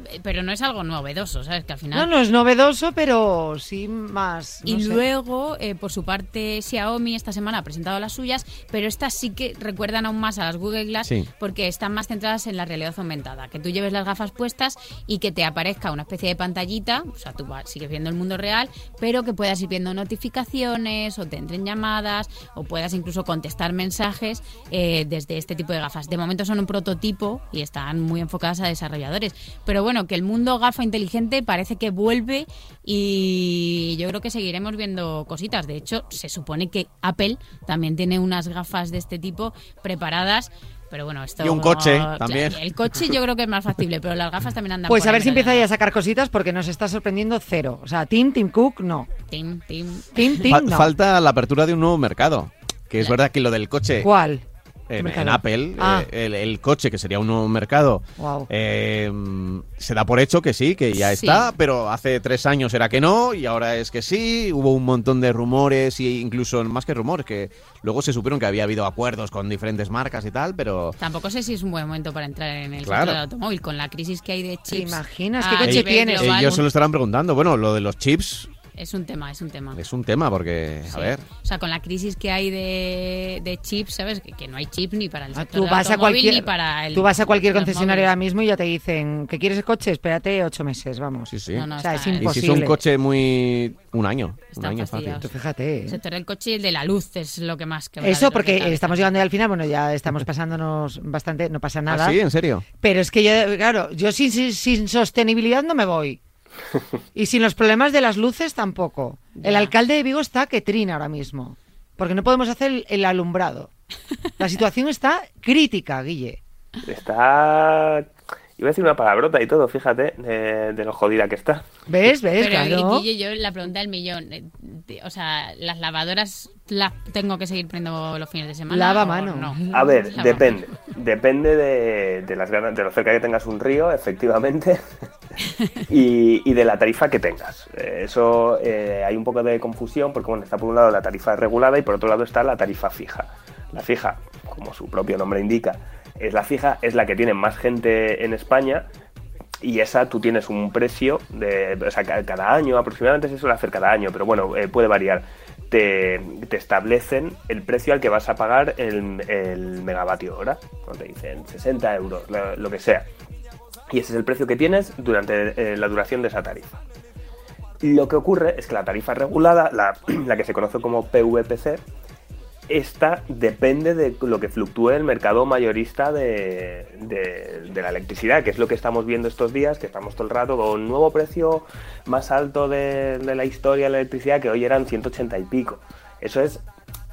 aquí.
Pero no es algo novedoso, ¿sabes? Que al final.
No, no es novedoso, pero sí más. no
Y
sé.
luego, eh, por su parte, Xiaomi esta semana ha presentado las suyas, pero estas sí que recuerdan aún más a las Google Glass
Sí.
porque están más centradas en la realidad aumentada. Que tú lleves las gafas puestas y que te aparezca una especie de pantallita, o sea, tú vas- sigues viendo el mundo real, pero que puedas ir viendo notificaciones conversaciones o te entren llamadas o puedas incluso contestar mensajes eh, desde este tipo de gafas. De momento son un prototipo y están muy enfocadas a desarrolladores. Pero bueno, que el mundo gafa inteligente parece que vuelve y yo creo que seguiremos viendo cositas. De hecho, se supone que Apple también tiene unas gafas de este tipo preparadas. Pero bueno, esto,
Y un coche, también.
Claro, El coche yo creo que es más factible, pero las gafas también andan
Pues
por
a
ahí
ver si empieza
rayando.
ya a sacar cositas porque nos está sorprendiendo cero. O sea, Tim, Tim Cook, no.
Tim, tim.
Tim, Tim,
Fa-
no.
Falta la apertura de un nuevo mercado. Que es verdad que lo del coche
¿Cuál? ¿Qué
en, en
mercado?
Apple,
Ah.
eh, el, el coche que sería un nuevo mercado,
Guau.
eh, se da por hecho que sí, que ya
Sí.
está, pero hace tres años era que no y ahora es que sí. Hubo un montón de rumores e incluso más que rumores, que luego se supieron que había habido acuerdos con diferentes marcas y tal, pero
Tampoco sé si es un buen momento para entrar en el
Claro.
sector del automóvil con la crisis que hay de chips.
imaginas? ¿Qué
a
coche
nivel
tienes?
global.
ellos se lo estarán preguntando. Bueno, lo de los chips
Es un tema, es un tema.
es un tema porque, a
Sí.
ver,
O sea, con la crisis que hay de, de chips, ¿sabes? Que, que no hay chips ni para el
Ah,
sector
Tú
del
vas, a
automóvil ni
cualquier,
para el-
tú vas a cualquier
los
concesionario ahora
móviles.
mismo y ya te dicen que quieres el coche, espérate ocho meses, vamos.
sí, sí.
No, no,
O sea,
está- ¿eh?
es
y si es un
imposible.
coche muy... un año, un
Están
año fácil.
fastidiados.
Tú fíjate.
El
¿eh?
sector del coche y el de la luz es lo que más quebra
Eso
dentro de mi
porque
cabeza.
estamos llegando ya al final, bueno, ya estamos pasándonos bastante, no pasa nada.
¿Ah, sí? ¿En serio?
Pero es que yo, claro, yo sin, sin, sin sostenibilidad no me voy. Y sin los problemas de las luces tampoco. El
Ya.
alcalde de Vigo está que trina ahora mismo. Porque no podemos hacer el, el alumbrado. La situación está crítica, Guille.
Está. Iba a decir una palabrota y todo, fíjate, de, de lo jodida que está.
¿Ves? ¿Ves?
Pero,
claro.
Guille, yo la pregunta del millón. eh, te- O sea, ¿las lavadoras las tengo que seguir prendiendo los fines de semana?
Lava
o
mano.
no?
A ver,
Lava-
depende. Depende de, de las ganas, de lo cerca que tengas un río, efectivamente, y, y de la tarifa que tengas. Eh, Eso eh, hay un poco de confusión porque, bueno, está por un lado la tarifa regulada y por otro lado está la tarifa fija. La fija, como su propio nombre indica, es la fija, es la que tiene más gente en España y esa tú tienes un precio de o sea, ca- cada año aproximadamente se suele hacer cada año pero bueno eh, puede variar te, te establecen el precio al que vas a pagar el, el megavatio hora ¿no? te dicen 60 euros lo, lo que sea y ese es el precio que tienes durante eh, la duración de esa tarifa lo que ocurre es que la tarifa regulada la, la que se conoce como PVPC esta depende de lo que fluctúe el mercado mayorista de, de- de la electricidad, que es lo que estamos viendo estos días, que estamos todo el rato con un nuevo precio más alto de, de la historia de la electricidad, que hoy eran 180 y pico. Eso es,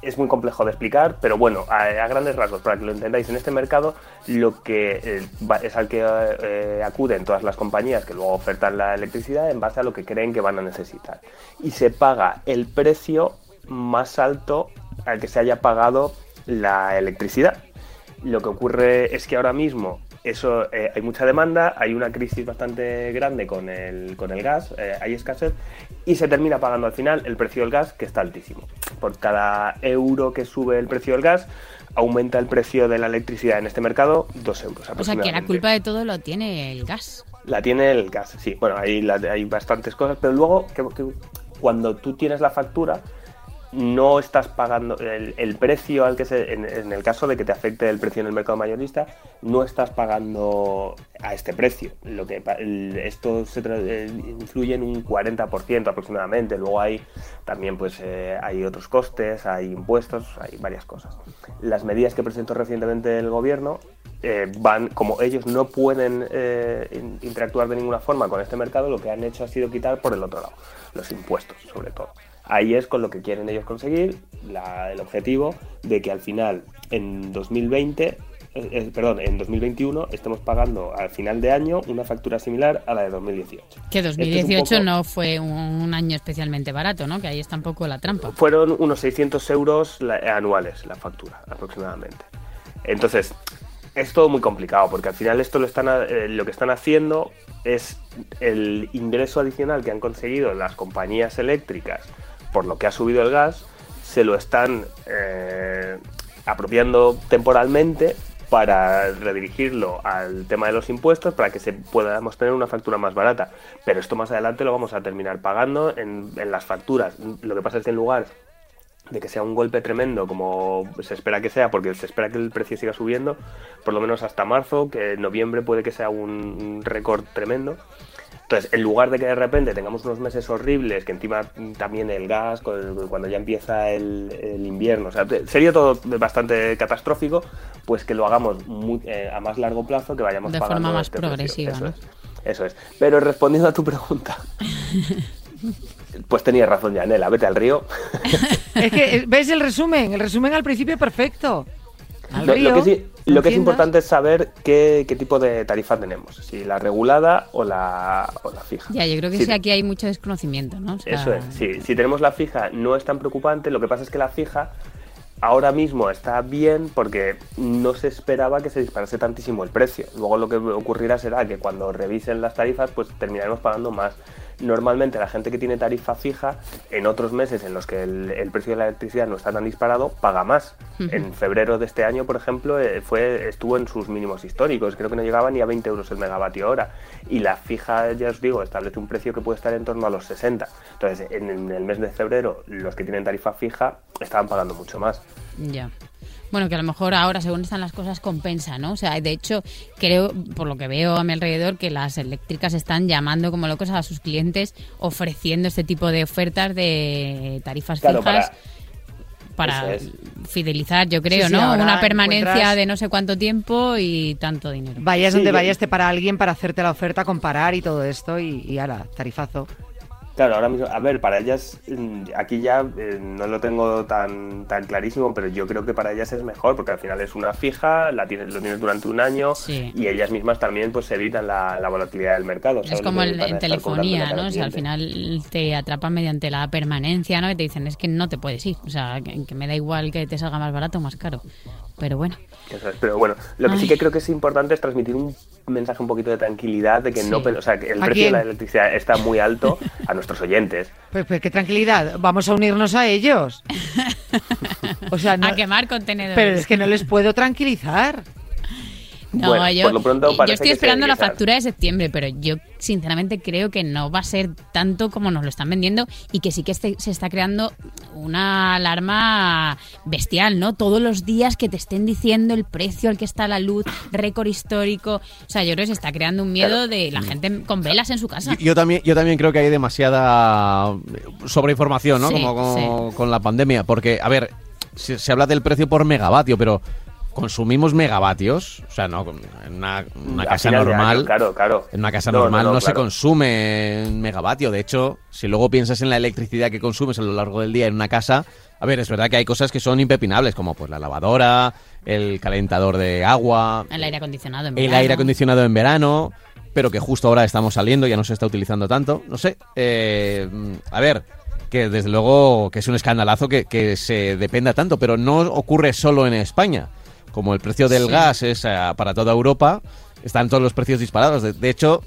es muy complejo de explicar, pero bueno, a, a grandes rasgos, para que lo entendáis, en este mercado lo que eh, va- es al que eh, acuden todas las compañías que luego ofertan la electricidad en base a lo que creen que van a necesitar. Y se paga el precio más alto al que se haya pagado la electricidad. Lo que ocurre es que ahora mismo eso eh, hay mucha demanda, hay una crisis bastante grande con el, con el gas, eh, hay escasez y se termina pagando al final el precio del gas que está altísimo. Por cada euro que sube el precio del gas, aumenta el precio de la electricidad en este mercado dos euros
O sea,
aproximadamente.
que la culpa de todo lo tiene el gas.
La tiene el gas, sí. Bueno, hay, la- hay bastantes cosas, pero luego que, que cuando tú tienes la factura, no estás pagando el, el precio al que se. En, en el caso de que te afecte el precio en el mercado mayorista, no estás pagando a este precio. Lo que pa- el- esto se tra- eh, influye en un 40% aproximadamente. Luego hay también pues eh, hay otros costes, hay impuestos, hay varias cosas. Las medidas que presentó recientemente el gobierno eh, van, como ellos no pueden eh, in- interactuar de ninguna forma con este mercado, lo que han hecho ha sido quitar por el otro lado, los impuestos sobre todo. Ahí es con lo que quieren ellos conseguir la- el objetivo de que al final en 2020, eh, eh, perdón, en 2021 estemos pagando al final de año una factura similar a la de 2018.
Que
Esto es un
2018
poco-
no fue un, un año especialmente barato, ¿no? Que ahí está un poco la trampa.
Fueron unos 600 euros la- anuales la factura, aproximadamente. Entonces, es todo muy complicado, porque al final esto lo, están, ha- eh, lo que están haciendo es el ingreso adicional que han conseguido las compañías eléctricas por lo que ha subido el gas, se lo están eh, apropiando temporalmente para redirigirlo al tema de los impuestos para que se podamos tener una factura más barata. Pero esto más adelante lo vamos a terminar pagando en, en las facturas. Lo que pasa es que en lugar de que sea un golpe tremendo como se espera que sea, porque se espera que el precio siga subiendo, por lo menos hasta marzo, que en noviembre puede que sea un un récord tremendo, Entonces, en lugar de que de repente tengamos unos meses horribles, que encima mm, también el gas, con- cuando ya empieza el, el invierno, o sea, te- sería todo bastante catastrófico, pues que lo hagamos muy- eh, a más largo plazo, que vayamos
De
pagando este
forma más
precio.
progresiva,
Eso
¿no?
es. Eso es. Pero respondiendo a tu pregunta, pues tenías razón, Yanela, vete al río.
Es que eh, ves el resumen, el resumen al principio perfecto. Al
Lo, lo
río,
que sí- lo que
enciendas.
es importante es saber qué, qué tipo de tarifa tenemos, si la regulada o la, o la fija.
Ya, yo creo que
Si-
sí, aquí hay mucho desconocimiento, ¿no? O sea,
Eso es, sí. Si tenemos la fija no es tan preocupante, lo que pasa es que la fija ahora mismo está bien porque no se esperaba que se disparase tantísimo el precio. Luego lo que ocurrirá será que cuando revisen las tarifas pues terminaremos pagando más. Normalmente la gente que tiene tarifa fija en otros meses en los que el, el precio de la electricidad no está tan disparado paga más. En febrero de este año, por ejemplo, eh, fue estuvo en sus mínimos históricos. Creo que no llegaba ni a 20 euros el megavatio hora. Y la fija, ya os digo, establece un precio que puede estar en torno a los 60. Entonces, en, en el mes de febrero, los que tienen tarifa fija estaban pagando mucho más.
Ya. Bueno, que a lo mejor ahora, según están las cosas, compensa, ¿no? O sea, de hecho, creo, por lo que veo a mi alrededor, que las eléctricas están llamando como locos a sus clientes ofreciendo este tipo de ofertas de tarifas
Claro, para-
fijas para,
eso
fidelizar, yo creo,
sí,
¿no?
ahora
Una permanencia
encuentras-
de no sé cuánto tiempo y tanto dinero.
Vayas
Sí,
donde
yo-
vayas, te para alguien para hacerte la oferta, comparar y todo esto y, y ala, tarifazo.
Claro, ahora mismo, a ver, para ellas, mm, aquí ya eh, no lo tengo tan, tan clarísimo, pero yo creo que para ellas es mejor, porque al final es una fija, la tienes, lo tienes durante un año
Sí.
y ellas mismas también pues evitan la, la volatilidad del mercado.
Es
¿sabes?
como
Lo que
el-
van a
en
estar
telefonía,
cobrándole a
¿no? O sea,
cada
al
cliente.
final te atrapan mediante la permanencia, ¿no? Que te dicen, es que no te puedes ir. O sea, que, que me da igual que te salga más barato o más caro. Pero bueno.
Eso es, Pero bueno, lo que
Ay.
sí que creo que es importante es transmitir un mensaje un poquito de tranquilidad, de que no,
Sí.
pe- o sea, que el
¿A
precio
quién?
de la electricidad está muy alto a nuestros oyentes.
Pues, pues qué tranquilidad, vamos a unirnos a ellos. O sea, no-
a quemar contenedores.
pero es que no les puedo tranquilizar.
No,
Bueno,
yo,
por lo pronto
yo
parece
estoy
que
esperando
se-
la
que se-
factura de septiembre, pero yo sinceramente creo que no va a ser tanto como nos lo están vendiendo y que sí que este- se está creando una alarma bestial, ¿no? Todos los días que te estén diciendo el precio al que está la luz, récord histórico. O sea, yo creo que se está creando un miedo
Claro. Mm.
de la gente con velas en su casa.
Yo, yo también, yo también creo que hay demasiada eh, sobreinformación, ¿no?
Sí,
Como con, con la pandemia. Porque, a ver, se, se habla del precio por megavatio, pero consumimos megavatios. O sea, no, en una, una
A
casa
final de año,
normal.
claro, claro.
En una casa
No, no,
normal no,
no,
se
claro.
consume en megavatio. De hecho, si luego piensas en la electricidad que consumes a lo largo del día en una casa, a ver, es verdad que hay cosas que son impepinables, como pues la lavadora, el calentador de agua,
El aire acondicionado. En
el
verano.
aire acondicionado en verano, pero que justo ahora estamos saliendo, ya no se está utilizando tanto. No sé. eh, a ver, que desde luego que es un escandalazo que, que se dependa tanto, pero no ocurre solo en España. Como el precio del
Sí.
gas es eh, para toda Europa, están todos los precios disparados. De, de hecho,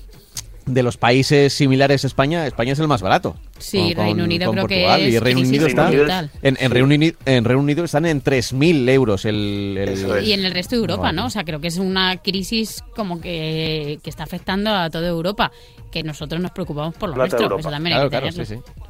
de los países similares a España, España es el más barato.
Sí,
Con-
Reino
con-
Unido
con
creo
Portugal,
que es
y Reino
crisis
Unido está
brutal.
en, en Reino Unido, en Reino Unido están en 3.000 euros el, el-
Eso es.
Y en el resto de Europa,
Pues, Vale.
¿no? O sea, creo que es una crisis como que, que está afectando a toda Europa, que nosotros nos preocupamos por lo
Plata de
nuestro.
Europa.
Eso también hay
Claro,
que
claro, sí,
tenerlo.
sí.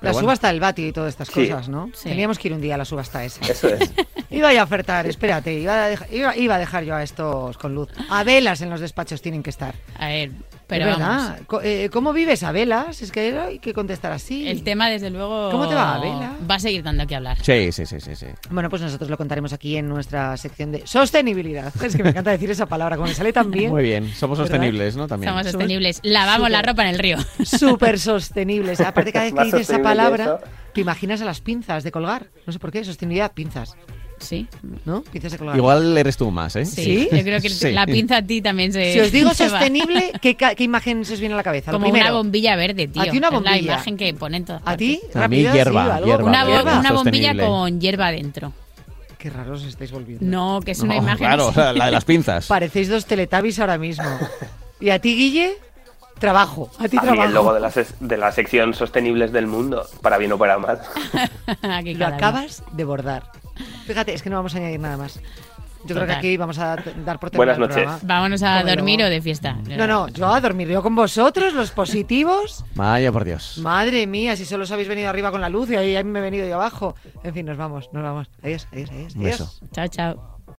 La
Pero bueno.
subasta del vatio y todas estas
Sí.
cosas, ¿no?
Sí.
Teníamos que ir un día a la subasta esa.
Eso es.
Iba yo a ofertar, espérate, iba a, dej- iba, iba a dejar yo a estos con luz. A velas en los despachos tienen que estar.
A ver, pero
Es
vamos.
verdad. Co- eh, ¿Cómo vives a velas? Es que hay que contestar así.
El tema, desde luego,
¿Cómo te va, Adela?
va a seguir dando que hablar.
Sí, sí, sí, sí, sí.
Bueno, pues nosotros lo contaremos aquí en nuestra sección de sostenibilidad. Es que me encanta decir esa palabra, como me sale tan bien.
Muy bien, somos
¿Verdad?
sostenibles, ¿no? También.
Somos sostenibles. Lavamos la
súper-
ropa en el río.
Súper sostenibles. Aparte, cada vez que
Más
dices esa
sostenible que
palabra,
eso.
te imaginas a las pinzas de colgar. No sé por qué, sostenibilidad, pinzas,
Sí.
¿no? Pinzas de colgar.
Igual eres tú más, ¿eh?
Sí.
¿Sí?
Yo creo que
Sí.
la pinza a ti también se.
Si os digo
se va.
sostenible, ¿qué, ca- qué imagen se os viene a la cabeza? Lo
Como
primero.
una bombilla verde, tío.
A ti una bombilla.
Es la imagen que ponen todas.
¿A ti?
A mí
Rápido, sí,
hierba,
algo.
hierba,
Una, bo-
hierba.
una bombilla
Sostenible.
con hierba dentro.
Qué raros os estáis volviendo.
No, que es una
No,
imagen.
Claro,
así.
la, la de las pinzas.
Parecéis dos teletabis ahora mismo. Y a ti, Guille, trabajo. A ti
A mí
trabajo.
el logo de la, ses- de la sección sostenibles del mundo, para bien o para mal.
Qué
Lo
caramba.
acabas de bordar. Fíjate, es que no vamos a añadir nada más. Yo creo que
Total.
aquí vamos a t- dar por terminado
Buenas
el
noches.
programa.
Vámonos a
Hasta
dormir
luego.
o de fiesta.
No, no, yo a dormir yo con vosotros, los positivos.
Vaya por Dios.
Madre mía, si solo os habéis venido arriba con la luz y ahí ahí me he venido yo abajo. En fin, nos vamos, nos vamos. Adiós, adiós, adiós.
Un beso.
adiós.
Chao, chao.